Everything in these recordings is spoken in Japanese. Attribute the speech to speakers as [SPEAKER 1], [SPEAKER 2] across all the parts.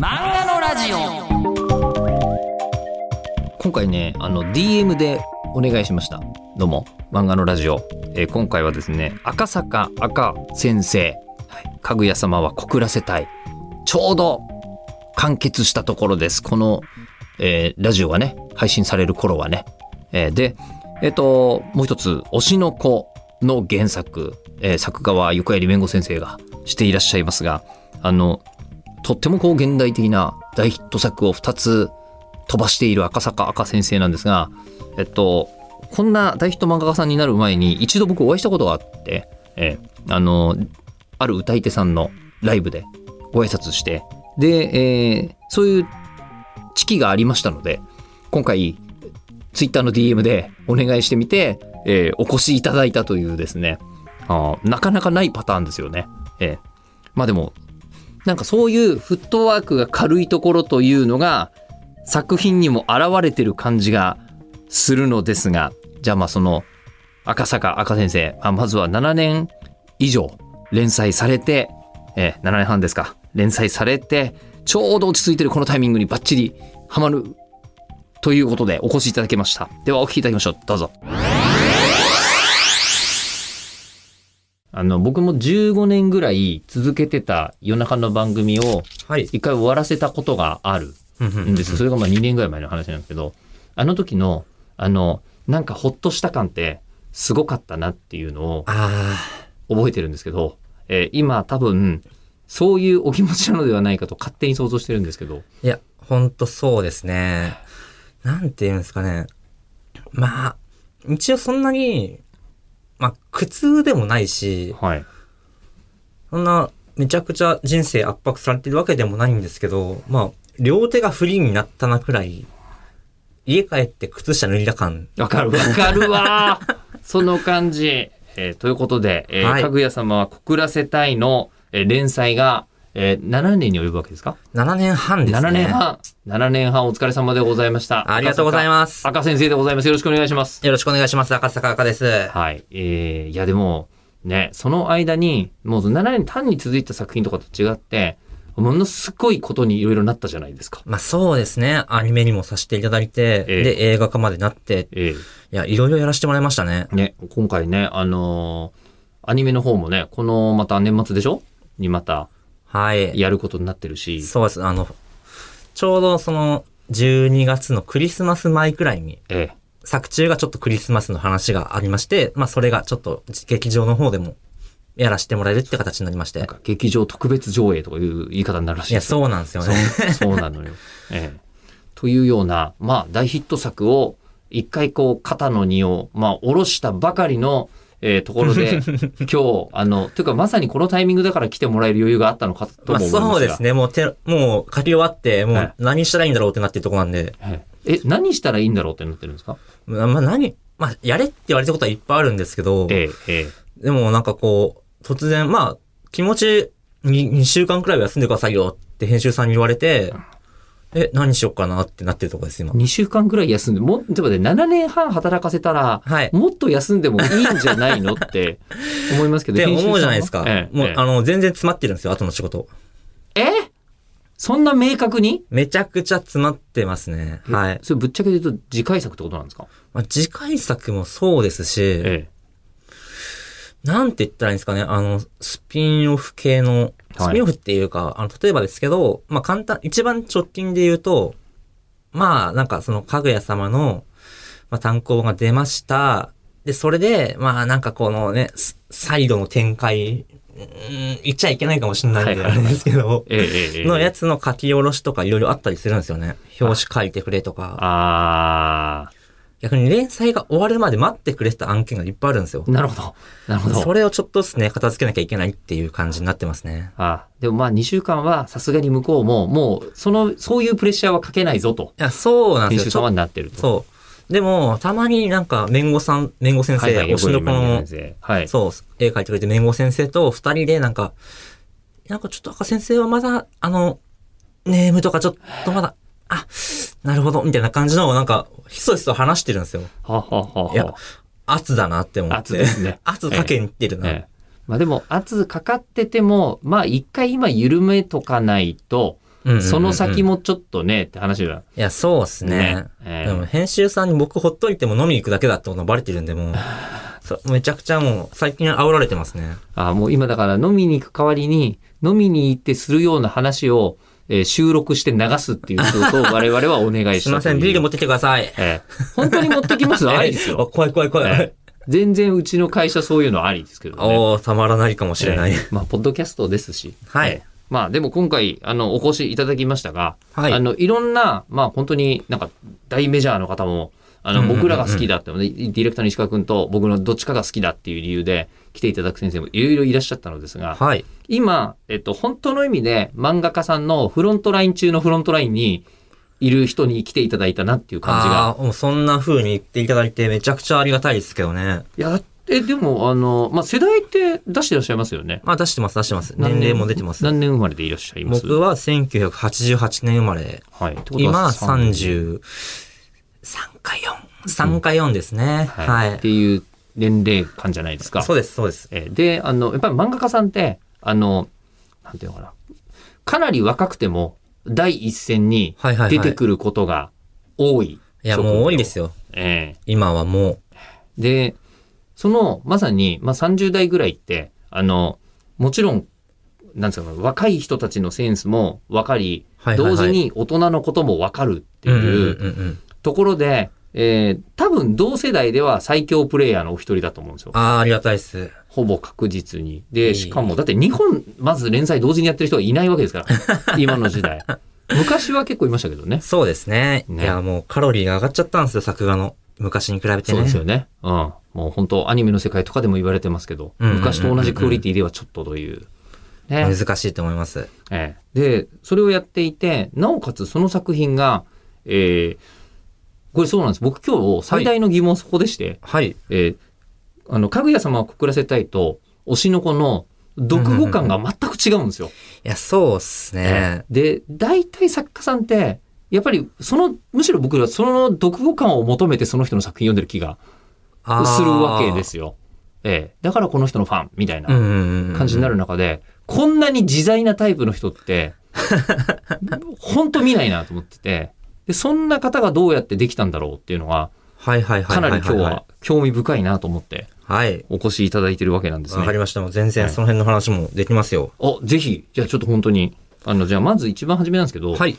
[SPEAKER 1] 漫画のラジオ
[SPEAKER 2] 今回ねあの DM でお願いしましたどうも漫画のラジオ、えー今回はですね赤坂赤先生、はいかぐや様は告らせたいちょうど完結したところですこの、えーラジオがね配信される頃はね、えーでえっ、ともう一つ「推しの子」の原作、えー作画は横槍弁護先生がしていらっしゃいますがあのとってもこう現代的な大ヒット作を2つ飛ばしている赤坂赤先生なんですが、えっと、こんな大ヒット漫画家さんになる前に一度僕お会いしたことがあって、えーあの、ある歌い手さんのライブでご挨拶して、で、えーそういう知識がありましたので、今回、ツイッターの DM でお願いしてみて、えーお越しいただいたというですねあー、なかなかないパターンですよね。えーまあでも、なんかそういうフットワークが軽いところというのが、作品にも現れてる感じがするのですが、じゃあまあその赤坂赤先生、あまずは7年以上連載されて、えー7年半ですか、連載されて、ちょうど落ち着いてるこのタイミングにバッチリハマるということでお越しいただきました。ではお聞きいただきましょう。どうぞ。あの、僕も15年ぐらい続けてた夜中の番組を
[SPEAKER 3] はい。
[SPEAKER 2] 一回終わらせたことがある。んです。それがまあ2年ぐらい前の話なんですけど、あの時の、あの、なんかほっとした感ってすごかったなっていうのを
[SPEAKER 3] あ
[SPEAKER 2] 覚えてるんですけど、えー今多分、そういうお気持ちなのではないかと勝手に想像してるんですけど、
[SPEAKER 3] あ、いや、ほんとそうですね。なんて言うんですかね。まあ、一応そんなに、まあ、苦痛でもないし、
[SPEAKER 2] はい。
[SPEAKER 3] そんな、めちゃくちゃ人生圧迫されてるわけでもないんですけど、まあ、両手がフリーになったなくらい、家帰って靴下脱いだ感。
[SPEAKER 2] わかるわかるわ その感じ。えーということで、えー
[SPEAKER 3] はい
[SPEAKER 2] かぐや様は告らせたいの、えー連載が、えー7年に及ぶわけですか
[SPEAKER 3] 7年半ですね。
[SPEAKER 2] 7年。半、7年半お疲れ様でございました。
[SPEAKER 3] ありがとうございます
[SPEAKER 2] 赤先生でございます。よろしくお願いします。
[SPEAKER 3] よろしくお願いします。赤坂赤です。
[SPEAKER 2] はい。えー、いやでも、ね、その間に、もう7年単に続いた作品とかと違って、ものすごいことにいろいろなったじゃないですか。
[SPEAKER 3] まあそうですね。アニメにもさせていただいて、
[SPEAKER 2] ええ
[SPEAKER 3] で、映画化までなって、
[SPEAKER 2] え
[SPEAKER 3] いや、いろいろやらせてもらいましたね
[SPEAKER 2] ー。ね、今回ね、あのーアニメの方もね、このまた年末でしょにまた
[SPEAKER 3] はい。
[SPEAKER 2] やることになってるし、
[SPEAKER 3] そうです。あの、ちょうどその、12月のクリスマス前くらいに、
[SPEAKER 2] え
[SPEAKER 3] 作中がちょっとクリスマスの話がありまして、まあそれがちょっと劇場の方でもやらせてもらえるって形になりまし
[SPEAKER 2] ー、なん
[SPEAKER 3] て。
[SPEAKER 2] か劇場特別上映とかいう言い方になるらしい
[SPEAKER 3] いや、
[SPEAKER 2] う
[SPEAKER 3] そうなんですよ ね。
[SPEAKER 2] そうそうなのよ、ええというような、まあ、大ヒット作を一回こう肩の荷を、まあ、下ろしたばかりの、えーところ で今日あのというかまさにこのタイミングだから来てもらえる余裕があったのかと
[SPEAKER 3] ま
[SPEAKER 2] も思
[SPEAKER 3] あ
[SPEAKER 2] いますが、
[SPEAKER 3] そうですね。もう手、もう書き終わって、も
[SPEAKER 2] は
[SPEAKER 3] う
[SPEAKER 2] い
[SPEAKER 3] 何したらいいんだろうってなってるとこなんで、
[SPEAKER 2] えええ何したらいいんだろうってなってるんですか
[SPEAKER 3] まあまあ何、まあやれって言われたことはいっぱいあるんですけど、
[SPEAKER 2] ええええ
[SPEAKER 3] でもなんかこう、突然、まあ、気持ちに2週間くらいは休んでくださいよって編集さんに言われて、え、何しよっかなってなってるとこです、今。
[SPEAKER 2] 2週間ぐらい休んでもでもね7年半働かせたら
[SPEAKER 3] はい。
[SPEAKER 2] もっと休んでもいいんじゃないのって思いますけ
[SPEAKER 3] っ
[SPEAKER 2] ど
[SPEAKER 3] て
[SPEAKER 2] 編集さん
[SPEAKER 3] 思
[SPEAKER 2] は
[SPEAKER 3] うじゃないですか。
[SPEAKER 2] ええ
[SPEAKER 3] もう、
[SPEAKER 2] ええ
[SPEAKER 3] あの、全然詰まってるんですよ、後の仕事。
[SPEAKER 2] えそんな明確に
[SPEAKER 3] めちゃくちゃ詰まってますね。はい。
[SPEAKER 2] それぶっちゃけで言うと次回作ってことなんですか
[SPEAKER 3] まあ、次回作もそうですし、
[SPEAKER 2] え
[SPEAKER 3] なんて言ったらいいんですかね、あの、スピンオフ系の、
[SPEAKER 2] はい
[SPEAKER 3] スピンオフっていうか、あの、例えばですけど、まあ、簡単、一番直近で言うと、まあ、なんかその、かぐや様の、まあ、単行本が出ました。で、それで、まあ、なんかこのね、スサイドの展開、うーん言っちゃいけないかもしれないんで、
[SPEAKER 2] はい
[SPEAKER 3] あれですけど、
[SPEAKER 2] ええええええ
[SPEAKER 3] のやつの書き下ろしとかいろいろあったりするんですよね。表紙書いてくれとか。
[SPEAKER 2] あ
[SPEAKER 3] 逆に連載が終わるまで待ってくれてた案件がいっぱいあるんですよ
[SPEAKER 2] ー、。なるほど。なるほど。
[SPEAKER 3] それをちょっとですね、片付けなきゃいけないっていう感じになってますね。
[SPEAKER 2] あーでもまあ2週間はさすがに向こうも、もう、その、そういうプレッシャーはかけないぞと、
[SPEAKER 3] いや、そうなんで
[SPEAKER 2] 編
[SPEAKER 3] す
[SPEAKER 2] 集
[SPEAKER 3] よ。
[SPEAKER 2] さんはなってる
[SPEAKER 3] ちょ
[SPEAKER 2] と。
[SPEAKER 3] そう。でも、たまになんか、弁護さん、弁護先生、
[SPEAKER 2] はいはい、
[SPEAKER 3] 推しの子の、
[SPEAKER 2] の、はい。
[SPEAKER 3] そう、絵描いてくれて弁護先生と二人でなんか、なんかちょっと赤先生はまだ、あの、ネームとかちょっとまだ、あ、なるほど、みたいな感じのをなんか、ひそひそ話してるんですよ。
[SPEAKER 2] ははははい
[SPEAKER 3] や圧だなって思って。
[SPEAKER 2] 圧ですね
[SPEAKER 3] 圧かけにいってるな。
[SPEAKER 2] ええまあでも圧かかってても、まあ一回今緩めとかないと、
[SPEAKER 3] うんうんうん
[SPEAKER 2] その先もちょっとねって話だ
[SPEAKER 3] いや、そうっすね。
[SPEAKER 2] ね
[SPEAKER 3] でも編集さんに僕ほっといても飲みに行くだけだってことがバレてるんで、 もう。そうめちゃくちゃもう、最近煽られてますね。
[SPEAKER 2] あもう今だから飲みに行く代わりに飲みに行ってするような話を、えー収録して流すっていうことを我々はお願いしたという
[SPEAKER 3] すいません、ビール持ってきてください。
[SPEAKER 2] えー本当に持ってき ますありです
[SPEAKER 3] あ
[SPEAKER 2] よ、
[SPEAKER 3] 怖い怖い怖い。
[SPEAKER 2] えー全然うちの会社そういうのありですけどね
[SPEAKER 3] おー、たまらないかもしれない。
[SPEAKER 2] えーまあポッドキャストですし
[SPEAKER 3] はい
[SPEAKER 2] えーまあでも今回あのお越しいただきましたが、
[SPEAKER 3] はい
[SPEAKER 2] あのいろんなまあ本当になんか大メジャーの方もあ
[SPEAKER 3] うん
[SPEAKER 2] の
[SPEAKER 3] うんうん
[SPEAKER 2] 僕らが好きだって、ディレクターの石川君と僕のどっちかが好きだっていう理由で来ていただく先生もいろいろいらっしゃったのですが、
[SPEAKER 3] はい。
[SPEAKER 2] 今、えっと、本当の意味で漫画家さんのフロントライン中のフロントラインにいる人に来ていただいたなっていう感じが。
[SPEAKER 3] あーもうそんな風に言っていただいてめちゃくちゃありがたいですけどね。
[SPEAKER 2] いや、え、でも、あの、まあ、世代って出していらっしゃいますよね。
[SPEAKER 3] まあ出してます出してます。年齢も出てます。
[SPEAKER 2] 何年生まれでいらっしゃいます
[SPEAKER 3] 僕は1988年生まれ。
[SPEAKER 2] はい。ってこと
[SPEAKER 3] 今
[SPEAKER 2] は
[SPEAKER 3] 33か4。3か4ですね。
[SPEAKER 2] は。
[SPEAKER 3] はいい
[SPEAKER 2] っ。ていう年齢感じゃないですか。
[SPEAKER 3] そうです、そうです。
[SPEAKER 2] えーで、あの、やっぱり漫画家さんって、あの、なんていうのかな。かなり若くても第一線に
[SPEAKER 3] はいはいは
[SPEAKER 2] 出
[SPEAKER 3] い。
[SPEAKER 2] てくることが多い。
[SPEAKER 3] いや、もう多いですよ。
[SPEAKER 2] えー
[SPEAKER 3] 今はもう。
[SPEAKER 2] で、その、まさに、まあ、30代ぐらいって、あの、もちろん、なんですか、若い人たちのセンスも分かり、
[SPEAKER 3] はいはいは
[SPEAKER 2] 同
[SPEAKER 3] い
[SPEAKER 2] 時に大人のことも分かるって
[SPEAKER 3] うんうん
[SPEAKER 2] いう
[SPEAKER 3] うんうん。
[SPEAKER 2] ところで、えー多分同世代では最強プレイヤーのお一人だと思うんですよ。
[SPEAKER 3] ああ、ありがたいです。
[SPEAKER 2] ほぼ確実に。
[SPEAKER 3] い
[SPEAKER 2] で、
[SPEAKER 3] い
[SPEAKER 2] しかも、だって2本、まず連載同時にやってる人はいないわけです から、今の時代。昔は結構いましたけどね。
[SPEAKER 3] そうですね。
[SPEAKER 2] ね
[SPEAKER 3] いや、もうカロリーが上がっちゃったんですよ、作画の。昔に比べて
[SPEAKER 2] そ
[SPEAKER 3] ね。
[SPEAKER 2] うですよね。うん。もう本当、アニメの世界とかでも言われてますけど、
[SPEAKER 3] うんうんうんうん
[SPEAKER 2] 昔と同じクオリティではちょっとという。ね。
[SPEAKER 3] 難しいと思います。
[SPEAKER 2] ええ、でそれをやっていてなおかつその作品が、えーこれそうなんです僕今日最大の疑問そこでして、
[SPEAKER 3] はい。
[SPEAKER 2] えーあのかぐや様を告らせたいと推しの子の読語感が全く違うんですよ。
[SPEAKER 3] いや、そうっすね。
[SPEAKER 2] で大体作家さんってやっぱりそのむしろ僕らはその読語感を求めてその人の作品読んでる気が
[SPEAKER 3] あー
[SPEAKER 2] するわけで。すよ。ええ、だからこの人のファンみたいな。
[SPEAKER 3] うんうんうん。
[SPEAKER 2] 感じになる。中で、こんなに自在なタイプの人っ て、ほんと見ないなと思ってて、で、そんな方がどうやってできたんだろうっていうのが、
[SPEAKER 3] はいはいはい
[SPEAKER 2] か
[SPEAKER 3] は
[SPEAKER 2] ないり
[SPEAKER 3] はい。
[SPEAKER 2] 今日は。興味深いなと思って
[SPEAKER 3] はい。
[SPEAKER 2] お越しいただいてるわけなんです
[SPEAKER 3] わかり
[SPEAKER 2] ね。
[SPEAKER 3] ました。もう全然その辺の話もできますよ。
[SPEAKER 2] お、ぜひ、じゃあちょっと本当に、あの、じゃあまず一番初めなんですけど、
[SPEAKER 3] はい。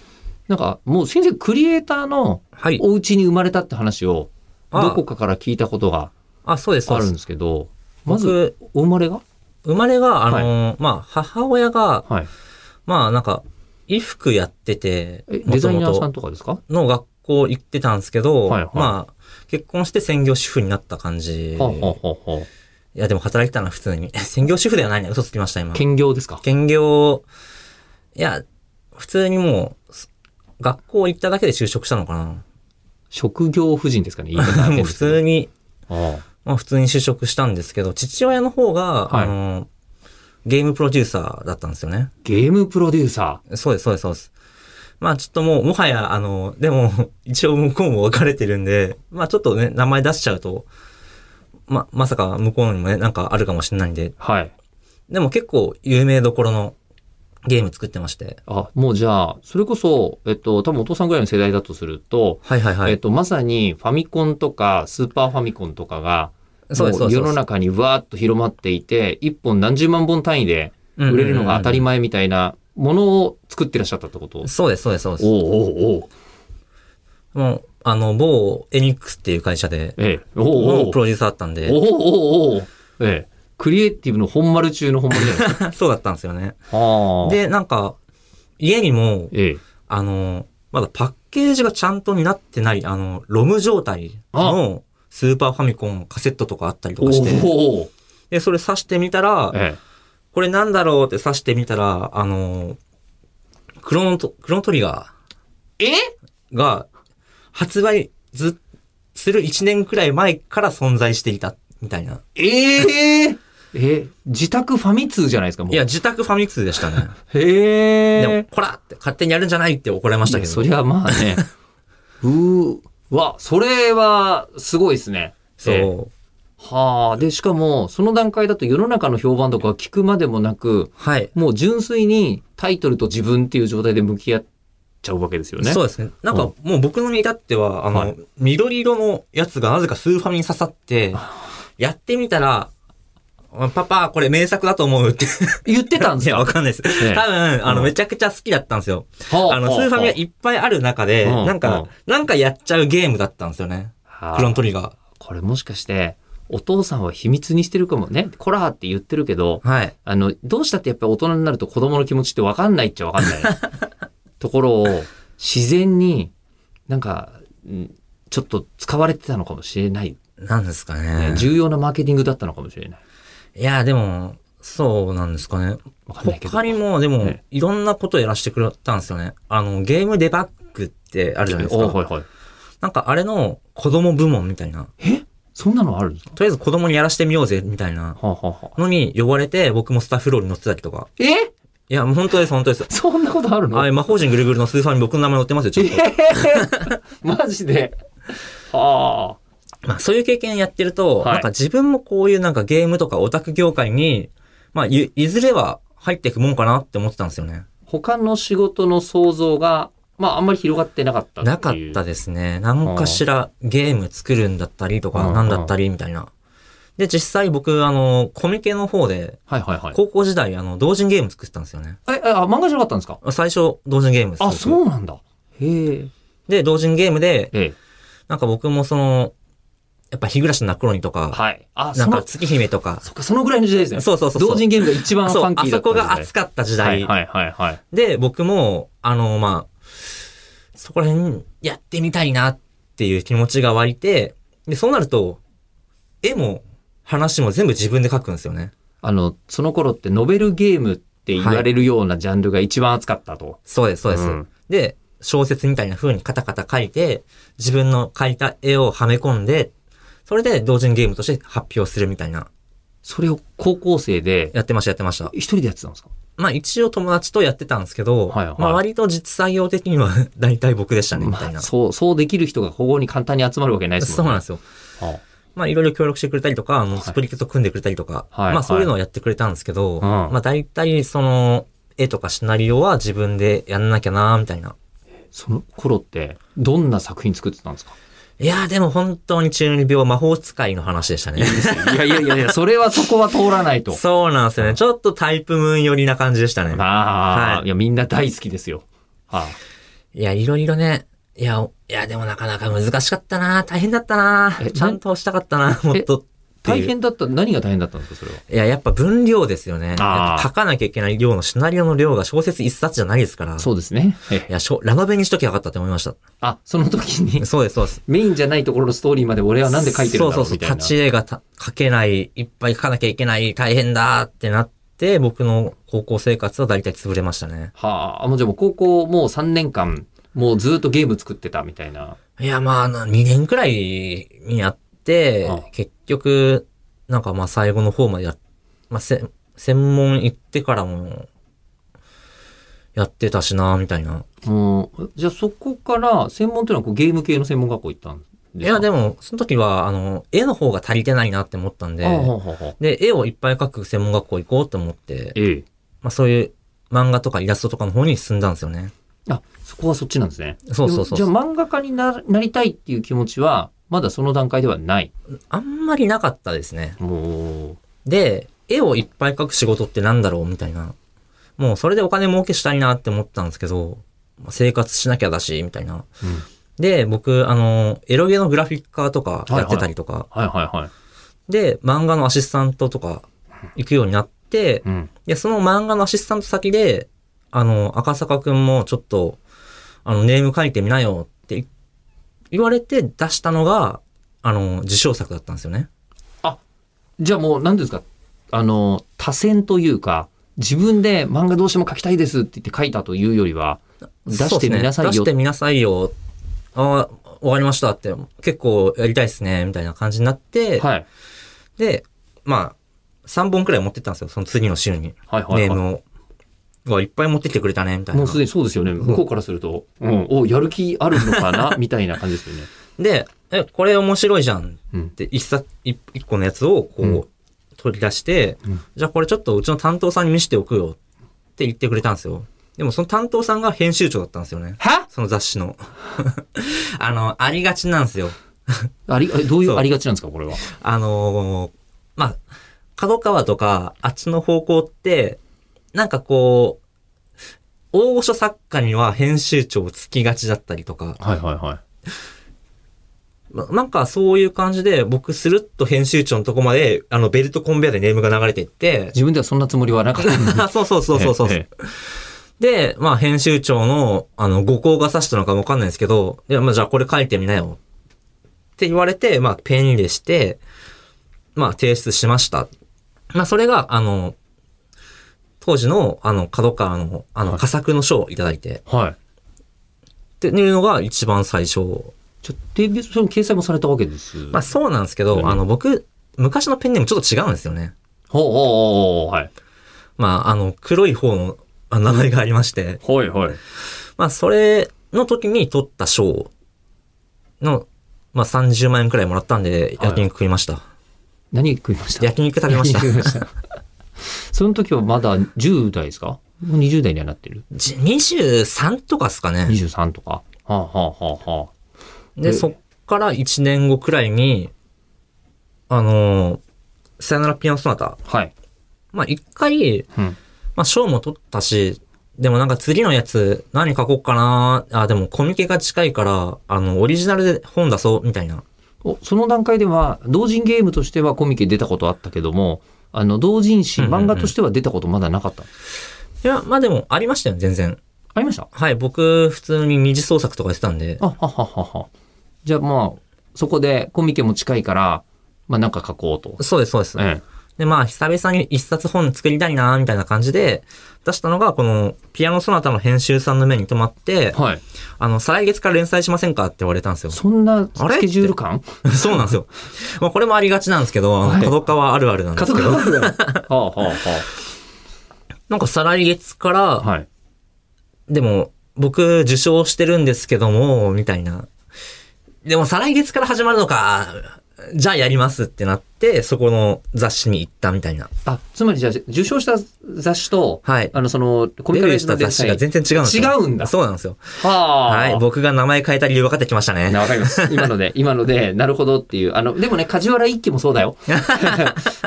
[SPEAKER 2] なんかもう先生クリエイターの
[SPEAKER 3] はい。
[SPEAKER 2] お家に生まれたって話を、
[SPEAKER 3] あ
[SPEAKER 2] どこかから聞いたことが
[SPEAKER 3] あ、そうです、そ
[SPEAKER 2] あ
[SPEAKER 3] う
[SPEAKER 2] る
[SPEAKER 3] で
[SPEAKER 2] ん
[SPEAKER 3] す。
[SPEAKER 2] ですけど、まず、
[SPEAKER 3] 僕、
[SPEAKER 2] お生まれが
[SPEAKER 3] 生まれが、あのーまあ、母親が、
[SPEAKER 2] はい。
[SPEAKER 3] まあ、なんか、衣服やってて
[SPEAKER 2] え、デ
[SPEAKER 3] 元
[SPEAKER 2] ザイ
[SPEAKER 3] 々
[SPEAKER 2] ナーさんとかですか
[SPEAKER 3] の学校行ってたんですけど、
[SPEAKER 2] はいはい
[SPEAKER 3] まあ、結婚して専業主婦になった感じ。
[SPEAKER 2] はあはあはあはい
[SPEAKER 3] や、でも働いてたな、普通に。 専業主婦ではないね。嘘つきました、今
[SPEAKER 2] あ。兼業ですか
[SPEAKER 3] 兼業、いや、普通にもう、す学校行っただけで就職したのか
[SPEAKER 2] 職業婦人ですかね、言い方合
[SPEAKER 3] な。
[SPEAKER 2] って
[SPEAKER 3] も
[SPEAKER 2] る
[SPEAKER 3] うん
[SPEAKER 2] で
[SPEAKER 3] 普
[SPEAKER 2] すけど
[SPEAKER 3] 通に、
[SPEAKER 2] あ
[SPEAKER 3] まあ普通に就職したんですけど、父親の方が、
[SPEAKER 2] はい
[SPEAKER 3] あの、ゲームプロデューサーだったんですよね。
[SPEAKER 2] あゲームプロデューサ
[SPEAKER 3] そうです、そうです、そうです。まあちょっともう、もはや、あの、でも、 一応向こうも別れてるんで、まあちょっとね、名前出しちゃうと、ま、まさか向こうにもね、なんかあるかもしれないんで、
[SPEAKER 2] ー。はい。
[SPEAKER 3] でも結構有名どころのゲーム作ってまして。
[SPEAKER 2] あ、もうじゃあ、それこそ、えっと、多分お父さんぐらいの世代だとすると、
[SPEAKER 3] はいはいは
[SPEAKER 2] えっ
[SPEAKER 3] い。
[SPEAKER 2] と、まさにファミコンとかスーパーファミコンとかが、
[SPEAKER 3] そうで
[SPEAKER 2] も
[SPEAKER 3] す、そう
[SPEAKER 2] う
[SPEAKER 3] です。
[SPEAKER 2] 世の中にわーっと広まっていて、一本何十万本単位で売れるのが当たり
[SPEAKER 3] 前。
[SPEAKER 2] 前みたいなものを作ってらっしゃったってこと、
[SPEAKER 3] そうです、そうです、そうです。
[SPEAKER 2] おうおうおう
[SPEAKER 3] もう、あの、某エニックスっていう会社で、
[SPEAKER 2] ええ。おうお
[SPEAKER 3] も
[SPEAKER 2] う
[SPEAKER 3] うプロデューサーだったん
[SPEAKER 2] お
[SPEAKER 3] で、
[SPEAKER 2] うおうおうええ。クリエイティブの本丸中の本丸じゃ ないです
[SPEAKER 3] そうだったんですよね。
[SPEAKER 2] か。はあ。
[SPEAKER 3] で、なんか、家にも、
[SPEAKER 2] ええ。
[SPEAKER 3] あの、まだパッケージがちゃんとになってない、あの、ロム状態のスーパーファミコンカセットとかあったりと
[SPEAKER 2] お
[SPEAKER 3] か
[SPEAKER 2] う
[SPEAKER 3] して、
[SPEAKER 2] おうおう
[SPEAKER 3] で、それ挿してみたら、
[SPEAKER 2] ええ。
[SPEAKER 3] これなんだろうって挿してみたら、あの、クロノト、クロノトリガ
[SPEAKER 2] え
[SPEAKER 3] ーが発売ず、する1年くらい前から存在していた、みたいな。
[SPEAKER 2] えええ、自宅ファミ通じゃないですか、もう。
[SPEAKER 3] いや、、自宅ファミックスでしたね。
[SPEAKER 2] へ
[SPEAKER 3] で
[SPEAKER 2] え。
[SPEAKER 3] も、こらって勝手にやるんじゃないって怒られました
[SPEAKER 2] い
[SPEAKER 3] け
[SPEAKER 2] や
[SPEAKER 3] ど。
[SPEAKER 2] そりゃまあ ね。うーわ、それは、すごいですね。
[SPEAKER 3] そう。
[SPEAKER 2] ええはあ。で、しかも、その段階だと世の中の評判とか聞くまでもなく、
[SPEAKER 3] はい。
[SPEAKER 2] もう純粋にタイトルと自分っていう状態で向き合っちゃうわけですよね。
[SPEAKER 3] そうですね。なん
[SPEAKER 2] う
[SPEAKER 3] か、もう僕のに至っては、あの、
[SPEAKER 2] はい
[SPEAKER 3] 緑色のやつがなぜかスーファミに刺さって、やってみたら、パパ、これ名作だと思うって。
[SPEAKER 2] 言ってたんで
[SPEAKER 3] い
[SPEAKER 2] す
[SPEAKER 3] や、
[SPEAKER 2] よ。
[SPEAKER 3] わかんないです。
[SPEAKER 2] ええ
[SPEAKER 3] 多分、あ
[SPEAKER 2] う
[SPEAKER 3] の、
[SPEAKER 2] ん
[SPEAKER 3] めちゃくちゃ好きだったんですよ。
[SPEAKER 2] は
[SPEAKER 3] あの、スーファミがいっぱいある中で、
[SPEAKER 2] うん
[SPEAKER 3] なんか、なんかやっちゃうゲームだったんですよね。
[SPEAKER 2] はあ
[SPEAKER 3] クロントリガ
[SPEAKER 2] これもしかして、お父さんは秘密にしてるかもね。コラーって言ってるけど、
[SPEAKER 3] ー。はい。
[SPEAKER 2] あの、どうしたってやっぱり大人になると子供の気持ちってわかんないっちゃわかんない ところを、自然に、なんか、んちょっと使われてたのかもしれない。
[SPEAKER 3] なんですかね。
[SPEAKER 2] 重要なマーケティングだったのかもしれない。
[SPEAKER 3] いや、でも、そうなんですかね。
[SPEAKER 2] わかんないけど。
[SPEAKER 3] 他にも、でも
[SPEAKER 2] え、
[SPEAKER 3] いろんなことやらせてくれたんですよね。あの、ゲームデバッグってあるじゃないです
[SPEAKER 2] おは
[SPEAKER 3] か。
[SPEAKER 2] いはい。
[SPEAKER 3] なんか、あれの子供部門みたいな。
[SPEAKER 2] そんなのあるんですか
[SPEAKER 3] とりあえず子供にやらしてみようぜ、みたいな
[SPEAKER 2] はあ、はあはあ、
[SPEAKER 3] のに呼ばれて、僕もスタッフロールに乗ってたりとか。
[SPEAKER 2] え
[SPEAKER 3] いや、もう本当です、本当です。
[SPEAKER 2] そんなことあるの
[SPEAKER 3] あれ、魔法陣ぐるぐるのスーファミ僕の名前載ってますよ、ちょっと。
[SPEAKER 2] マジで。は
[SPEAKER 3] まあそういう経験やってると、
[SPEAKER 2] はい
[SPEAKER 3] なんか自分もこういうなんかゲームとかオタク業界に、まあいいずれは入っていくもんかなって思ってたんですよ
[SPEAKER 2] あ。
[SPEAKER 3] ね。
[SPEAKER 2] 他の仕事の想像が、まああんまり広がってなかったていう
[SPEAKER 3] なかったですね。何かしらゲーム作るんだったりと
[SPEAKER 2] う
[SPEAKER 3] か、
[SPEAKER 2] ん
[SPEAKER 3] なんだったりみたいな。で、実際僕、あの、コミケの方で、
[SPEAKER 2] はいはいはい。
[SPEAKER 3] 高校時代、あの、同人ゲーム作ってたんですよね。
[SPEAKER 2] え、えあ、漫画じゃなかったんですか
[SPEAKER 3] 最初、同人ゲームです。
[SPEAKER 2] あ、そううなんだ。へえ。
[SPEAKER 3] で、同人ゲームで、
[SPEAKER 2] ええ。なん
[SPEAKER 3] なんか僕もその、やっぱ日暮らしのナクロニとか、
[SPEAKER 2] はい。あ、
[SPEAKER 3] な
[SPEAKER 2] そ
[SPEAKER 3] んか
[SPEAKER 2] の、
[SPEAKER 3] 月姫とか、
[SPEAKER 2] そっか、そのぐらいの時代ですね。
[SPEAKER 3] そうそうそうそう
[SPEAKER 2] 同人ゲームが一番フ
[SPEAKER 3] そ
[SPEAKER 2] ァ
[SPEAKER 3] う
[SPEAKER 2] ン、キ
[SPEAKER 3] あ
[SPEAKER 2] ーだ
[SPEAKER 3] そ
[SPEAKER 2] った
[SPEAKER 3] こ
[SPEAKER 2] 時代。
[SPEAKER 3] が熱かった時
[SPEAKER 2] はい
[SPEAKER 3] 代
[SPEAKER 2] はいはいはい。
[SPEAKER 3] で、僕も、あの、まあ、そこら辺やってみたいなっていう気持ちが湧いて、で、そうなると、絵も話も全部自分で描くんですよね。
[SPEAKER 2] あの、その頃ってノベルゲームって言われるようなジャンルが一番熱かったと。
[SPEAKER 3] そうです、そうです。
[SPEAKER 2] うん
[SPEAKER 3] で、小説みたいな風にカタカタ描いて、自分の描いた絵をはめ込んで、それで同人ゲームとして発表するみたいな。
[SPEAKER 2] それを高校生で、
[SPEAKER 3] やってました、やってました。
[SPEAKER 2] 一人でやってたんですか
[SPEAKER 3] まあ一応友達とやってたんですけど、
[SPEAKER 2] はいはい
[SPEAKER 3] まあ割と実作業的には 大体僕でしたね、みたい
[SPEAKER 2] ま
[SPEAKER 3] な。
[SPEAKER 2] あそう、そうできる人がここに簡単に集まるわけないです
[SPEAKER 3] そ
[SPEAKER 2] も
[SPEAKER 3] うん
[SPEAKER 2] ね。
[SPEAKER 3] なんですよ。
[SPEAKER 2] そうなんで
[SPEAKER 3] まあいろいろ協力してくれたりとか、あの、
[SPEAKER 2] い
[SPEAKER 3] スプリット組んでくれたりとか、
[SPEAKER 2] はい
[SPEAKER 3] まあそういうのをやってくれたんですけど、
[SPEAKER 2] ん
[SPEAKER 3] まあ大体その、絵とかシナリオは自分でやんなきゃなみたいな。
[SPEAKER 2] その頃って、どんな作品作ってたんですか
[SPEAKER 3] いやーでも本当に中二病魔法使いの話でしたね。
[SPEAKER 2] いやいやいやいや、それはそこは通らないと。
[SPEAKER 3] そうなんですよね。ちょっとタイプムーン寄りな感じでしたね。
[SPEAKER 2] まあ、
[SPEAKER 3] はい
[SPEAKER 2] い、や、みんな大好きですよ。はい
[SPEAKER 3] や、いろいろね。いや、おいやでもなかなか難しかったな大変だったな
[SPEAKER 2] え
[SPEAKER 3] ちゃんとしたかったなもっとっていう。
[SPEAKER 2] 大変だった、何が大変だったんですか、それは。
[SPEAKER 3] いや、やっぱ分量ですよね。やっ
[SPEAKER 2] あー
[SPEAKER 3] ぱ書かなきゃいけない量のシナリオの量が小説一冊じゃないですから。
[SPEAKER 2] そうですね。え
[SPEAKER 3] いや、しょラノベにしときゃよかったって思いました。
[SPEAKER 2] あ、その時 に、
[SPEAKER 3] そうです、そうです。
[SPEAKER 2] メインじゃないところのストーリーまで俺はなんで書いてるんだろ
[SPEAKER 3] そう
[SPEAKER 2] う
[SPEAKER 3] そう
[SPEAKER 2] み
[SPEAKER 3] そ
[SPEAKER 2] た
[SPEAKER 3] う。
[SPEAKER 2] いな。
[SPEAKER 3] 立ち絵がた描けない、いっぱい描かなきゃいけない、大変だってなって、僕の高校生活は大体潰れましたね。
[SPEAKER 2] はあ、もうじゃあもう高校もう3年間、もうずっとゲーム作ってたみたいな。
[SPEAKER 3] いや、まあ、な2年くらいにやって
[SPEAKER 2] ああ、
[SPEAKER 3] 結局、なんかまあ最後の方までやっ、まあ、せ専門行ってからも、やってたしな、みたいな。
[SPEAKER 2] もう、じゃあそこから、専門というのはこうゲーム系の専門学校行ったん
[SPEAKER 3] い
[SPEAKER 2] ですか
[SPEAKER 3] や、で
[SPEAKER 2] も、
[SPEAKER 3] も、その時は、あの、絵の方が足りてないなって思ったんで
[SPEAKER 2] あ、あはあはあ
[SPEAKER 3] で、絵をいっぱい描く専門学校行こうと思って、
[SPEAKER 2] ええ。
[SPEAKER 3] まあそういう漫画とかイラストとかの方に進んだんですよね。
[SPEAKER 2] あ、そこはそっちなんですね。
[SPEAKER 3] そうそうそう
[SPEAKER 2] でもじゃあ漫画家にななりたいっていう気持ちは、まだその段階ではない。
[SPEAKER 3] あんまりなかったですね。
[SPEAKER 2] もう、
[SPEAKER 3] で、絵をいっぱい描く仕事ってなんだろうみたいな。もうそれでお金儲けしたいなって思ったんですけど、まあ生活しなきゃだし、みたいな。
[SPEAKER 2] うん
[SPEAKER 3] で、僕、あの、エロゲのグラフィッカーとかやってたりとか、
[SPEAKER 2] はいはいはい。
[SPEAKER 3] で、漫画のアシスタントとか行くようになって、
[SPEAKER 2] うん。
[SPEAKER 3] で、その漫画のアシスタント先で、あの、赤坂くんもちょっと、あの、ネーム書いてみなよって言われて出したのが、あの、受賞作だったんですよね。
[SPEAKER 2] じゃあもう、何ですか、あの、多選というか、自分で漫画どうしても描きたいですって言って書いたというよりは、出してみなさいよ。
[SPEAKER 3] そうですね出してみなさいよ。ああ、終わりましたって、結構やりたいですね、みたいな感じになって、
[SPEAKER 2] はい。
[SPEAKER 3] で、まあ、3本くらい持ってったんですよ、その次の週に。
[SPEAKER 2] はいはいはい
[SPEAKER 3] ネームを。うわいっぱい持ってきてくれたね、みたいな。
[SPEAKER 2] もうすでにそうですよね。向こうからすると、うん、お、やる気あるのかなみたいな感じですよね。
[SPEAKER 3] で、え、これ面白いじゃん
[SPEAKER 2] うん
[SPEAKER 3] って一冊、一一個のやつをこう、
[SPEAKER 2] うん
[SPEAKER 3] 取り出して、
[SPEAKER 2] うん
[SPEAKER 3] じゃあこれちょっとうちの担当さんに見せておくよって言ってくれたんですよ。でもその担当さんが編集長だったんですよね。
[SPEAKER 2] は
[SPEAKER 3] その雑誌の。 あの、ありがちなんですよ。
[SPEAKER 2] あり、えどうい
[SPEAKER 3] そうう
[SPEAKER 2] ありがちなんですか、これは。
[SPEAKER 3] あのーまあ、角川とか、あっちの方向って、なんかこう、大御所作家には編集長つきがちだったりとか、
[SPEAKER 2] はいはいはい。
[SPEAKER 3] まなんかそういう感じで、僕スルッと編集長のとこまで、あの、ベルトコンベアでネームが流れていって、
[SPEAKER 2] 自分ではそんなつもりはなかった んで
[SPEAKER 3] そうそうそうそうそう。
[SPEAKER 2] え
[SPEAKER 3] で、まあ、編集長の、あの、誤行が指したのかわかんないですけど、いや、まあ、じゃあこれ書いてみなよ。って言われて、まあ、ペン入れして、まあ、提出しました。まあ、それが、あの、当時の、あの、角川の、あ
[SPEAKER 2] は
[SPEAKER 3] の、
[SPEAKER 2] い
[SPEAKER 3] 佳作の賞をいただいて、
[SPEAKER 2] えはい。
[SPEAKER 3] っていうのが一番最初。
[SPEAKER 2] じゃ、デビュー、その掲載もされたわけです。
[SPEAKER 3] まあ、そうなんですけど、
[SPEAKER 2] うん
[SPEAKER 3] あの、僕、昔のペンネームちょっと違うんですよね。
[SPEAKER 2] ほうほうほうほう、はい。
[SPEAKER 3] まあ、あの、黒い方のあ名前がありまして、
[SPEAKER 2] はいはい。
[SPEAKER 3] まあ、それの時に取った賞の、まあ、30万円くらいもらったんで、
[SPEAKER 2] はい
[SPEAKER 3] 焼肉食いました。
[SPEAKER 2] 何食いました
[SPEAKER 3] 焼肉食べました。
[SPEAKER 2] その時はまだ10代ですかもう ?20 代にはなってる。
[SPEAKER 3] じ23とかですかね。
[SPEAKER 2] 23とか。はあ、はあはあは
[SPEAKER 3] で、そっから1年後くらいに、あのーさよならピアノソナタ。
[SPEAKER 2] あ、はい。
[SPEAKER 3] まあ、一回、
[SPEAKER 2] うん。
[SPEAKER 3] まあ、賞も取ったし、でもなんか次のやつ何書こうかなあ、でもコミケが近いから、あの、オリジナルで本出そう、みたいな。
[SPEAKER 2] おその段階では、同人ゲームとしてはコミケ出たことあったけども、あの、同人誌、
[SPEAKER 3] うんうんうん
[SPEAKER 2] 漫画としては出たことまだなかった。
[SPEAKER 3] いや、まあでもありましたよ、全然。
[SPEAKER 2] ありました
[SPEAKER 3] はい、僕、普通に二次創作とかやってたんで。
[SPEAKER 2] あ、はははは。じゃあまあ、そこでコミケも近いから、まあなんか書こうと。
[SPEAKER 3] そうです、そうです。
[SPEAKER 2] ええ。
[SPEAKER 3] で、まあ、久々に一冊本作りたいな、みたいな感じで、出したのが、この、ピアノソナタの編集さんの目に留まって、
[SPEAKER 2] はい。
[SPEAKER 3] あの、再来月から連載しませんかって言われたんですよ。
[SPEAKER 2] そ んな
[SPEAKER 3] あれ
[SPEAKER 2] スケジュール 感
[SPEAKER 3] そうなんですよ。まあ、これもありがちなんですけど、あ
[SPEAKER 2] はい
[SPEAKER 3] の、角川あるあるなんです
[SPEAKER 2] 家
[SPEAKER 3] け ど、
[SPEAKER 2] 族はあはあは
[SPEAKER 3] なんか再来月か
[SPEAKER 2] あ。
[SPEAKER 3] ら、
[SPEAKER 2] はい。
[SPEAKER 3] でも、僕、受賞してるんですけども、みたいな。でも、再来月から始まるのか、じゃあやりますってなって、そこの雑誌に行ったみたいな。
[SPEAKER 2] あ、つまりじゃあ、受賞した雑誌と、
[SPEAKER 3] はい。
[SPEAKER 2] あの、その、コミカ
[SPEAKER 3] デビュ
[SPEAKER 2] ル
[SPEAKER 3] ーした雑誌が全然違うんですよ。
[SPEAKER 2] 違うんだ
[SPEAKER 3] そうなんですよ。
[SPEAKER 2] はあ。
[SPEAKER 3] はい。僕が名前変えた理由分かってきましたね。
[SPEAKER 2] なわかります。今の で、今ので、なるほどっていう。あの、でもね、梶原一騎もそう だよ。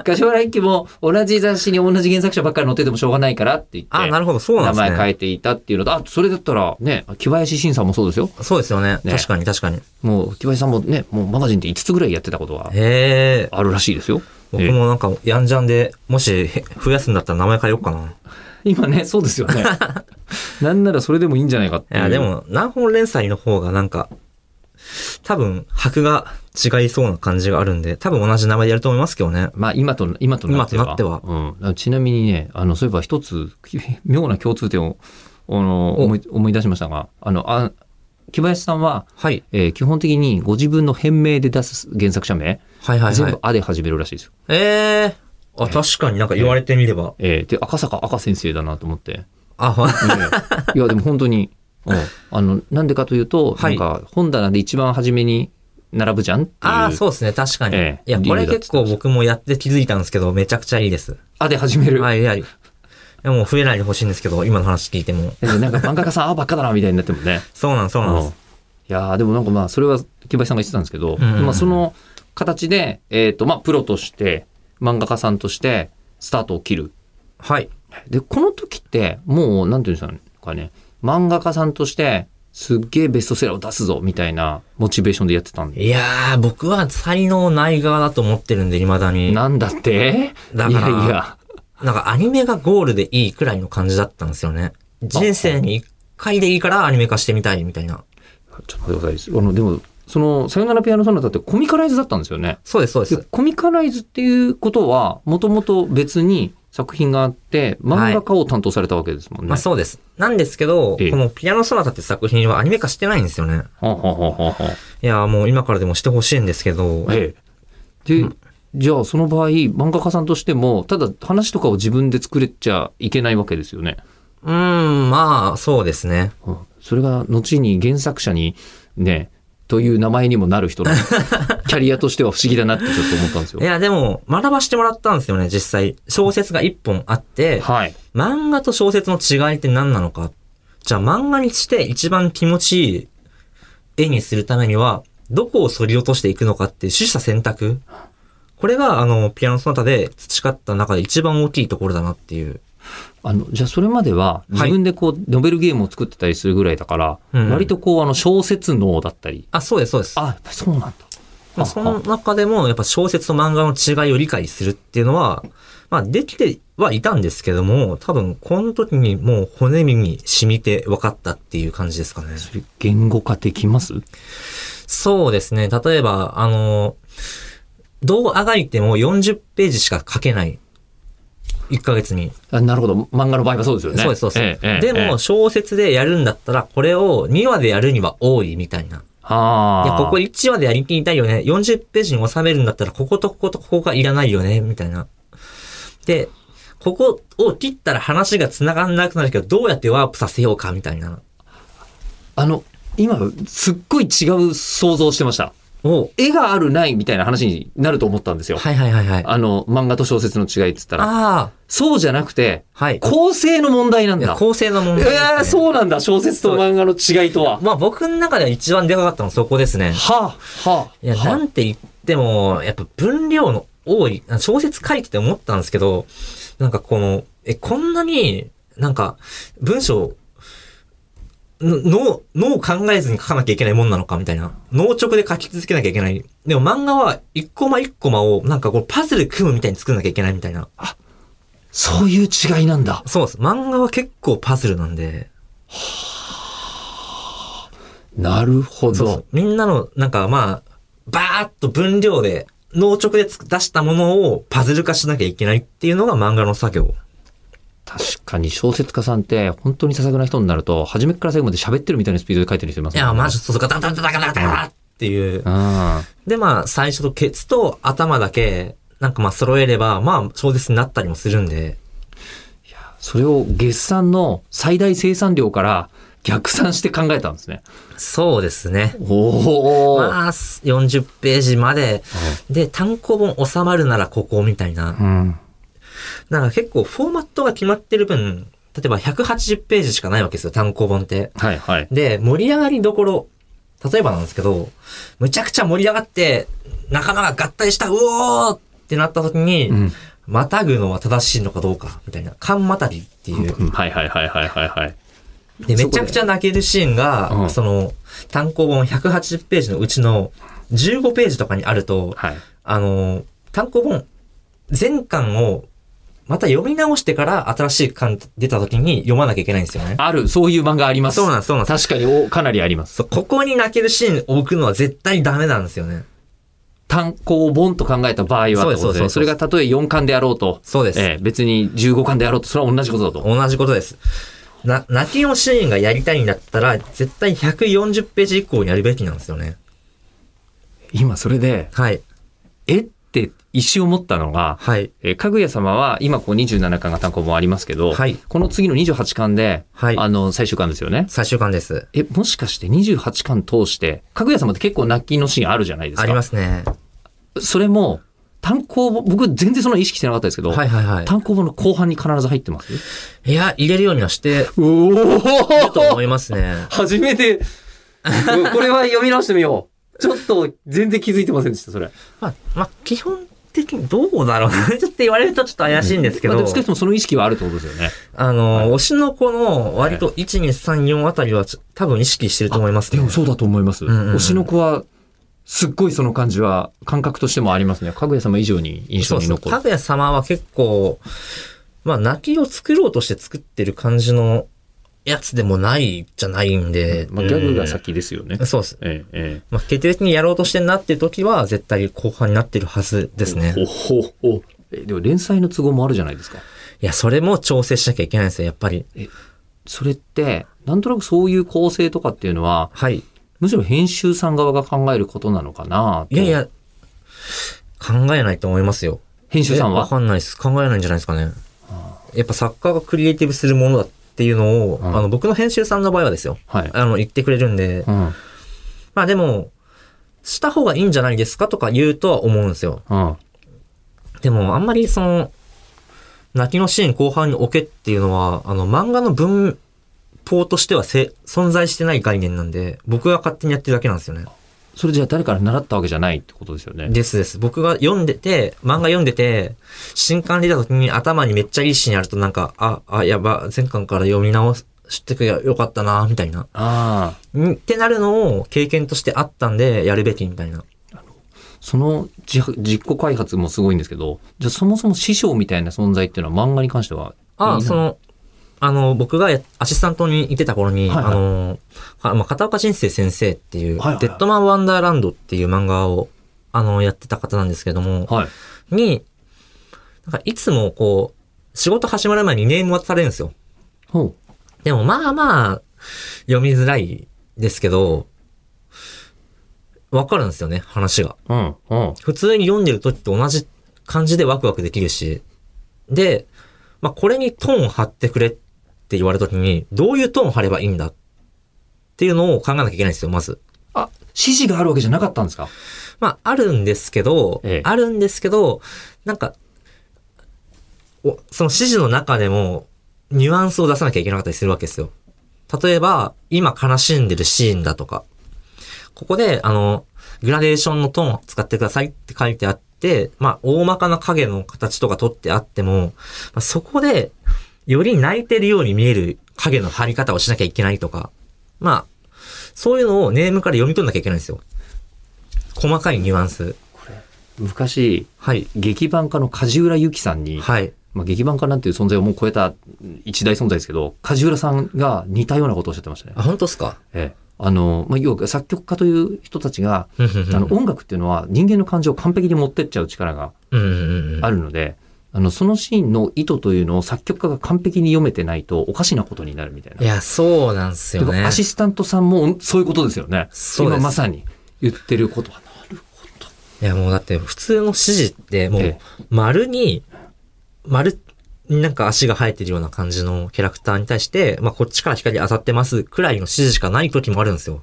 [SPEAKER 2] 梶原一騎も同じ雑誌に同じ原作者ばっかり載っててもしょうがないからって言って、
[SPEAKER 3] あ、なるほど。そうな
[SPEAKER 2] 名
[SPEAKER 3] んです
[SPEAKER 2] 前
[SPEAKER 3] ね。
[SPEAKER 2] 変えていたっていうのと、あ、それだったら、ね、木林慎さんもそうですよ。
[SPEAKER 3] そうですよね。
[SPEAKER 2] ね
[SPEAKER 3] 確かに確かに。
[SPEAKER 2] もう、木林さんもね、もうマガジンで5つぐらいやってたことが
[SPEAKER 3] へえ。
[SPEAKER 2] あるらしいですよ。
[SPEAKER 3] 僕もなんか、やんじゃんで、もしへ増やすんだったら名前変えようかな。
[SPEAKER 2] 今ね、そうですよ ね。なんならそれでもいいんじゃないかって
[SPEAKER 3] い
[SPEAKER 2] いう。
[SPEAKER 3] や、でも、何本連載の方がなんか、多分、箔が違いそうな感じがあるんで、多分同じ名前でやると思いますけどね。
[SPEAKER 2] まあ今と、今となっては。
[SPEAKER 3] 今となって
[SPEAKER 2] うん。ちなみにね、あの、そういえば一つ、 き妙な共通点を、あの、思い、思い出しましたが、あの、あ、木林さんは、
[SPEAKER 3] はい。
[SPEAKER 2] えー基本的にご自分の編名で出す原作者名、
[SPEAKER 3] はいはいは
[SPEAKER 2] 全部
[SPEAKER 3] い。
[SPEAKER 2] あで始めるらしいですよ。
[SPEAKER 3] ええあ、確かになんか言われてみれば。
[SPEAKER 2] えーで、赤坂赤先生だなと思 って。
[SPEAKER 3] あ、はい
[SPEAKER 2] や、でも本当に、うんあの、なんでかというと、
[SPEAKER 3] はい
[SPEAKER 2] なんか本棚で一番初めに並ぶじゃんっていう。
[SPEAKER 3] あ、そうですね。確かに。
[SPEAKER 2] ええ
[SPEAKER 3] いや、こ
[SPEAKER 2] 理由
[SPEAKER 3] れ
[SPEAKER 2] だって
[SPEAKER 3] 結構僕もやって気づいたんですけど、めちゃくちゃいいです。
[SPEAKER 2] あで始める。
[SPEAKER 3] はい、はい。でも増えないでほしいんですけど、今の話聞いても。
[SPEAKER 2] でなんか漫画家さん、あ、ばっかだな、みたいになってもね。
[SPEAKER 3] そうなん、そうなんです。
[SPEAKER 2] いやーでもなんかまあそれは木林さんが言ってたんですけど、
[SPEAKER 3] んうんうん
[SPEAKER 2] まあ、その形で、えーとまあ、プロとして漫画家さんとしてスタートを切る
[SPEAKER 3] はい。
[SPEAKER 2] でこの時ってもうなんていうんですかね漫画家さんとしてすっげえベストセラーを出すぞみたいなモチベーションでやってたんで。
[SPEAKER 3] いやー、僕は才能ない側だと思ってるんで、未だに。
[SPEAKER 2] なんだって
[SPEAKER 3] だから
[SPEAKER 2] いやいや。
[SPEAKER 3] なんかアニメがゴールでいいくらいの感じだったんですよね。人生に一回でいいからアニメ化してみたいみたいな。
[SPEAKER 2] ちょっと待ってください。あの、でも、その、さよならピアノソナタってコミカライズだったんですよね。
[SPEAKER 3] そうです、そうで。
[SPEAKER 2] ですコミカライズっていうことは、もともと別に作品があって、漫画家を担当されたわけですもんね。
[SPEAKER 3] まあそうです。なんですけど、
[SPEAKER 2] ええ
[SPEAKER 3] このピアノソナタって作品はアニメ化してないんですよね。
[SPEAKER 2] はあはあはあはあ
[SPEAKER 3] いやーもう今からでもしてほしいんですけど、
[SPEAKER 2] ええ、で、じゃあその場合漫画家さんとしてもただ話とかを自分で作れちゃいけないわけですよね。
[SPEAKER 3] うーん、まあそうですね。
[SPEAKER 2] それが後に原作者にねという名前にもなる人 のキャリアとしては不思議だなってちょっと思ったんですよ
[SPEAKER 3] い。や、でも、学ばしてもらったんですよね、実際。小説が一本あって、
[SPEAKER 2] はい。
[SPEAKER 3] 漫画と小説の違いって何なのか。じゃあ漫画にして一番気持ちいい絵にするためには、どこを反り落としていくのかっていう取捨選択。これが、あの、ピアノソナタで培った中で一番大きいところだなっていう。
[SPEAKER 2] あの、じゃあそれまでは自分でこう、ノベルゲームを作ってたりするぐらいだから、
[SPEAKER 3] うん
[SPEAKER 2] 割とこう、あの、小説脳だったり。
[SPEAKER 3] あ、そうです、そうです。
[SPEAKER 2] あ、やっぱりそうなんだ。
[SPEAKER 3] まあ、その中でも、やっぱ小説と漫画の違いを理解するっていうのは、まあ、できてはいたんですけども、多分、この時にもう骨に染みて分かったっていう感じですかね。
[SPEAKER 2] それ言語化できます
[SPEAKER 3] そうですね。例えば、あの、どうあがいても40ページしか書けない。1ヶ月に。
[SPEAKER 2] あなるほど。漫画の場合はそうですよね。
[SPEAKER 3] そうです、そうです。
[SPEAKER 2] ええええ
[SPEAKER 3] で
[SPEAKER 2] ええ
[SPEAKER 3] も、小説でやるんだったら、これを2話でやるには多いみたいな。
[SPEAKER 2] あ
[SPEAKER 3] い
[SPEAKER 2] あ。
[SPEAKER 3] や、ここ1話でやりきりたいよね。40ページに収めるんだったら、こことこことここがいらないよね、みたいな。で、ここを切ったら話が繋がんなくなるけど、どうやってワープさせようか、みたいな。
[SPEAKER 2] あの、今、すっごい違う想像してました。
[SPEAKER 3] お
[SPEAKER 2] 絵があるないみたいな話になると思ったんですよ。
[SPEAKER 3] はいはいはいはい。あ
[SPEAKER 2] あの、漫画と小説の違いって言ったら。
[SPEAKER 3] あ
[SPEAKER 2] そうじゃなくて、
[SPEAKER 3] ー、はい。
[SPEAKER 2] 構成の問題なん
[SPEAKER 3] いや
[SPEAKER 2] だ。
[SPEAKER 3] 構成の問
[SPEAKER 2] え
[SPEAKER 3] 題です、ね。
[SPEAKER 2] えーそうなんだ。小説と漫画の違いとは。
[SPEAKER 3] まあ僕の中では一番でかかったのはそこですね。
[SPEAKER 2] はあ、はあ。
[SPEAKER 3] いや、
[SPEAKER 2] はあ
[SPEAKER 3] なんて言っても、やっぱ分量の多い、あ小説書いてて思ったんですけど、なんかこの、え、こんなに、なんか、文章、の、脳を考えずに書かなきゃいけないもんなのかみたいな。脳直で書き続けなきゃいけない。でも漫画は一コマ一コマをなんかこうパズル組むみたいに作んなきゃいけないみたいな。
[SPEAKER 2] そういう違いなんだ。
[SPEAKER 3] そうです。漫画は結構パズルなんで。
[SPEAKER 2] なるほ
[SPEAKER 3] そうそ
[SPEAKER 2] ど
[SPEAKER 3] う。。みんなの、なんかまあ、バーっと分量で、脳直でつく出したものをパズル化しなきゃいけないっていうのが漫画の作業。
[SPEAKER 2] 確かに小説家さんって本当にささくな人になると、初めから最後まで喋ってるみたいなスピードで書いてる人います
[SPEAKER 3] い
[SPEAKER 2] もん
[SPEAKER 3] や、
[SPEAKER 2] ね
[SPEAKER 3] マジそうそう、ガタガタガタガタガタっていう
[SPEAKER 2] う。ん。
[SPEAKER 3] で、まあ、最初とケツと頭だけ、なんかまあ、揃えれば、まあ、小説になったりもするんで。
[SPEAKER 2] それを月産の最大生産量から逆算して考えたんですね。
[SPEAKER 3] そうですね。
[SPEAKER 2] おお、
[SPEAKER 3] まあ、40ページまで、で、単行本収まるならここみたい
[SPEAKER 2] う
[SPEAKER 3] な。
[SPEAKER 2] ん。
[SPEAKER 3] なんか結構フォーマットが決まってる分、例えば180ページしかないわけですよ、単行本って。
[SPEAKER 2] はいはい。
[SPEAKER 3] で、盛り上がりどころ、例えばなんですけど、むちゃくちゃ盛り上がって、仲間が合体した、うおーってなった時に、
[SPEAKER 2] うん。
[SPEAKER 3] またぐのは正しいのかどうか、みたいな、勘またぎっていう。
[SPEAKER 2] はいはいはいはいはいはい。
[SPEAKER 3] で、めちゃくちゃ泣けるシーンが、
[SPEAKER 2] うん
[SPEAKER 3] その、単行本180ページのうちの15ページとかにあると、
[SPEAKER 2] はい。
[SPEAKER 3] あの、単行本、全巻を、また読み直してから新しい巻出た時に読まなきゃいけないんですよね。
[SPEAKER 2] ある、そういう漫画あります。
[SPEAKER 3] そうなんです、そうなんです。
[SPEAKER 2] 確かにお、かなりあります。
[SPEAKER 3] そう、ここに泣けるシーンを置くのは絶対ダメなんですよね。
[SPEAKER 2] 単行本と考えた場合はってことで、
[SPEAKER 3] そうですそうですそうです
[SPEAKER 2] それがたとえ4巻であろうと、
[SPEAKER 3] そうです。
[SPEAKER 2] ええ別に15巻であろうと、それは同じことだと。
[SPEAKER 3] 同じことです。な、泣きのシーンがやりたいんだったら、絶対140ページ以降にやるべきなんですよね。
[SPEAKER 2] 今それで、
[SPEAKER 3] はい。
[SPEAKER 2] えって一瞬思ったのが、
[SPEAKER 3] はい。
[SPEAKER 2] えーかぐや様は今こう27巻が単行本ありますけど、
[SPEAKER 3] はい
[SPEAKER 2] この次の28巻で、
[SPEAKER 3] はい
[SPEAKER 2] あの、最終巻ですよね。
[SPEAKER 3] 最終巻です。
[SPEAKER 2] え、もしかして28巻通して、かぐや様って結構泣きのシーンあるじゃないですか。。
[SPEAKER 3] ありますすね。
[SPEAKER 2] それも、単行本、僕全然その意識してなかったですけど、
[SPEAKER 3] はいはいは
[SPEAKER 2] 単行本の後半に必ず入ってます
[SPEAKER 3] い。いや、入れるようにはして
[SPEAKER 2] お
[SPEAKER 3] ると
[SPEAKER 2] お。
[SPEAKER 3] 思いますね
[SPEAKER 2] 初め て、これは読み直してみよう。ちょっと全然気づいてませんでした、それ。
[SPEAKER 3] まあ、まあ、基本的にどうだろうな。 ちょっと言われるとちょっと怪しいんですけど、
[SPEAKER 2] まあ、でも少なくともその意識はあるってことですよね。
[SPEAKER 3] あの、推しの子の割と1、2、3、4あたりはちょ多分意識してると思います
[SPEAKER 2] で
[SPEAKER 3] ね
[SPEAKER 2] も。そうだと思います。
[SPEAKER 3] うんうんうん
[SPEAKER 2] 推しの子は、すっごいその感じは、感覚としてもありますね。かぐや様以上に印
[SPEAKER 3] そ
[SPEAKER 2] 象
[SPEAKER 3] う
[SPEAKER 2] に
[SPEAKER 3] そう。
[SPEAKER 2] 残る。
[SPEAKER 3] かぐや様は結構、まあ、泣きを作ろうとして作ってる感じのやつでもないじゃないんで。
[SPEAKER 2] まあ、ギャグが
[SPEAKER 3] 先
[SPEAKER 2] 先ですよね。
[SPEAKER 3] そうです。
[SPEAKER 2] ええ、
[SPEAKER 3] まあ、決定的にやろうとしてんなっていう時は、絶対後半になってるはずですね
[SPEAKER 2] え。え。ほほほ。え、でも連載の都合もあるじゃないですか。
[SPEAKER 3] いや、それも調整しなきゃいけないんですよ、やっぱり。
[SPEAKER 2] それって、なんとなくそういう構成とかっていうのは、
[SPEAKER 3] はい。
[SPEAKER 2] むしろ編集さん側が考えることなのかなと
[SPEAKER 3] いやい。や、考えないと思いますよ。
[SPEAKER 2] 編集さん
[SPEAKER 3] えわ
[SPEAKER 2] は
[SPEAKER 3] かんないです。考えないんじゃないですかね。やっぱ作家がクリエイティブするものだっていうのを、
[SPEAKER 2] うん
[SPEAKER 3] あの、僕の編集さんの場合はですよ。
[SPEAKER 2] はい。
[SPEAKER 3] あの、言ってくれるんで、
[SPEAKER 2] うん。
[SPEAKER 3] まあでも、した方がいいんじゃないですかとか言うとは思うんですよ。
[SPEAKER 2] うん。
[SPEAKER 3] でも、あんまりその、泣きのシーン後半に置けっていうのは、あの、漫画の文法としてはせ存在してない概念なんで、僕が勝手にやってるだけなんですよね。
[SPEAKER 2] それじゃあ誰から習ったわけじゃないってことですよね。
[SPEAKER 3] ですです。僕が読んでて、漫画読んでて、新刊出た時に頭にめっちゃいいシーンあるとなんか、あ、あ、やば、前巻から読み直す。知ってくればよかったなみたいな。
[SPEAKER 2] あ
[SPEAKER 3] んってなるのを経験としてあったんで、やるべきみたいな。
[SPEAKER 2] あ、その自実行開発もすごいんですけど、じゃあそもそも師匠みたいな存在っていうのは漫画に関しては、
[SPEAKER 3] あ、
[SPEAKER 2] いいな
[SPEAKER 3] その、あの、僕がやアシスタントにいてた頃に、
[SPEAKER 2] はいはい
[SPEAKER 3] あの、あまあ、片岡仁生先生っていう、
[SPEAKER 2] はいはいはい
[SPEAKER 3] デッドマン・ワンダーランドっていう漫画を、あの、やってた方なんですけども、
[SPEAKER 2] はい。
[SPEAKER 3] に、なんかいつもこう、仕事始まる前にネーム渡されるんですよ。
[SPEAKER 2] ほう。
[SPEAKER 3] でもまあまあ、読みづらいですけど、わかるんですよね、話が。
[SPEAKER 2] うん、うん。
[SPEAKER 3] 普通に読んでる時と同じ感じでワクワクできるし。で、まあ、これにトーン張ってくれって言われた時に、どういうトーン張ればいいんだっていうのを考えなきゃいけないんですよ、まず。
[SPEAKER 2] あ、指示があるわけじゃなかったんですか
[SPEAKER 3] まあ、あるんですけど、
[SPEAKER 2] ええ
[SPEAKER 3] あるんですけど、なんか、おその指示の中でも、ニュアンスを出さなきゃいけなかったりするわけですよ。例えば、今悲しんでるシーンだとか、ここで、あの、グラデーションのトーンを使ってくださいって書いてあって、まあ、大まかな影の形とか取ってあっても、まあ、そこで、より泣いてるように見える影の張り方をしなきゃいけないとか、まあ、そういうのをネームから読み取んなきゃいけないんですよ。細かいニュアンス。
[SPEAKER 2] 昔、
[SPEAKER 3] はい。
[SPEAKER 2] 劇版家の梶浦由紀さんに、
[SPEAKER 3] はい。
[SPEAKER 2] まあ、劇版家なんていう存在をもう超えた一大存在ですけど、梶浦さんが似たようなことをおっしゃってましたね
[SPEAKER 3] あ、。本当ですか
[SPEAKER 2] ええ。あの、まあ、要は作曲家という人たちが、
[SPEAKER 3] あ
[SPEAKER 2] あの、音楽っていうのは人間の感情を完璧に持ってっちゃう力が
[SPEAKER 3] うんうんうん。
[SPEAKER 2] あ
[SPEAKER 3] る。
[SPEAKER 2] るので、あの、そのシーンの意図というのを作曲家が完璧に読めてないとおかしなことになるみたいな。
[SPEAKER 3] いや、そうなんですよ
[SPEAKER 2] て
[SPEAKER 3] ね
[SPEAKER 2] か。アシスタントさんもそういうことですよね。
[SPEAKER 3] そうです
[SPEAKER 2] 今まさに言ってることはなるほど。
[SPEAKER 3] いや、もうだって普通の指示って、もう
[SPEAKER 2] え、
[SPEAKER 3] 丸に、丸、なんか足が生えてるような感じのキャラクターに対して、まあ、こっちから光当たってますくらいの指示しかない時もあるんですよ。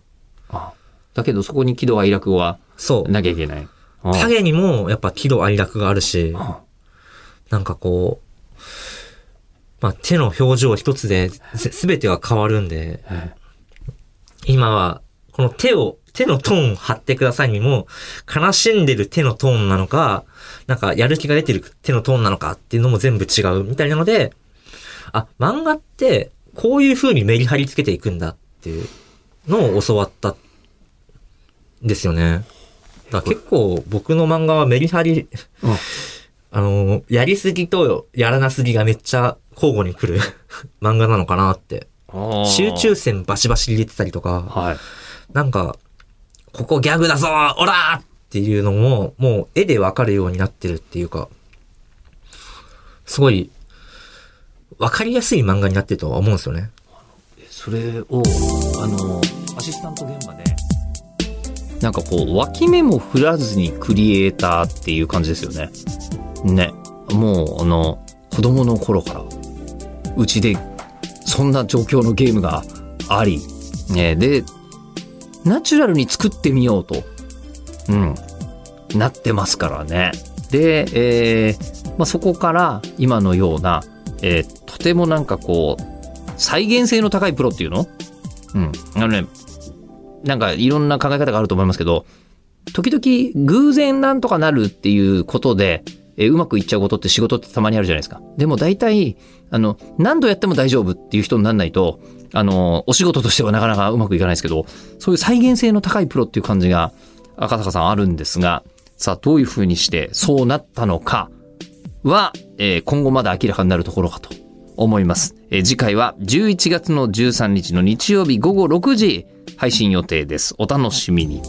[SPEAKER 2] あだけどそこに喜怒哀楽は
[SPEAKER 3] そう。
[SPEAKER 2] なきゃいけない。あ
[SPEAKER 3] 影にも、やっぱ喜怒哀楽があるし、
[SPEAKER 2] あ
[SPEAKER 3] なんかこう、まあ、手の表情一つで、すべてが変わるんで、
[SPEAKER 2] え
[SPEAKER 3] 今は、この手を、手のトーンを張ってくださいにも、悲しんでる手のトーンなのか、なんかやる気が出てる手のトーンなのかっていうのも全部違うみたいなので、あ、漫画ってこういう風にメリハリつけていくんだっていうのを教わったんですよね。だから結構僕の漫画はメリハリ、
[SPEAKER 2] えうん
[SPEAKER 3] あの、やりすぎとやらなすぎがめっちゃ交互に来る 漫画なのかなって。
[SPEAKER 2] ああ
[SPEAKER 3] 集中線バシバシ入れてたりとか。
[SPEAKER 2] はい。
[SPEAKER 3] なんか、ここギャグだぞオラーっていうのも、もう絵でわかるようになってるっていうか、すごい、わかりやすい漫画になってるとは思うんですよね。
[SPEAKER 2] それを、あの、アシスタント現場で。なんかこう、脇目も振らずにクリエイターっていう感じですよね。ね。もう、あの、子供の頃から、うちで、そんな状況のゲームがあり、ね、で、ナチュラルに作ってみようと、うん、なってますからね。で、えーまあ、そこから、今のような、えーとてもなんかこう、再現性の高いプロっていうのうん。あのね、なんかいろんな考え方があると思いますけど、時々偶然なんとかなるっていうことで、えーうまくいっちゃうことって仕事ってたまにあるじゃないですか。でも大体、あの、何度やっても大丈夫っていう人にならないと、あの、お仕事としてはなかなかうまくいかないですけど、そういう再現性の高いプロっていう感じが、赤坂さんあるんですが、さあ、どういうふうにしてそうなったのかは、えー今後まだ明らかになるところかと思います。えー次回は11月の13日の日曜日午後6時配信予定です。お楽しみに。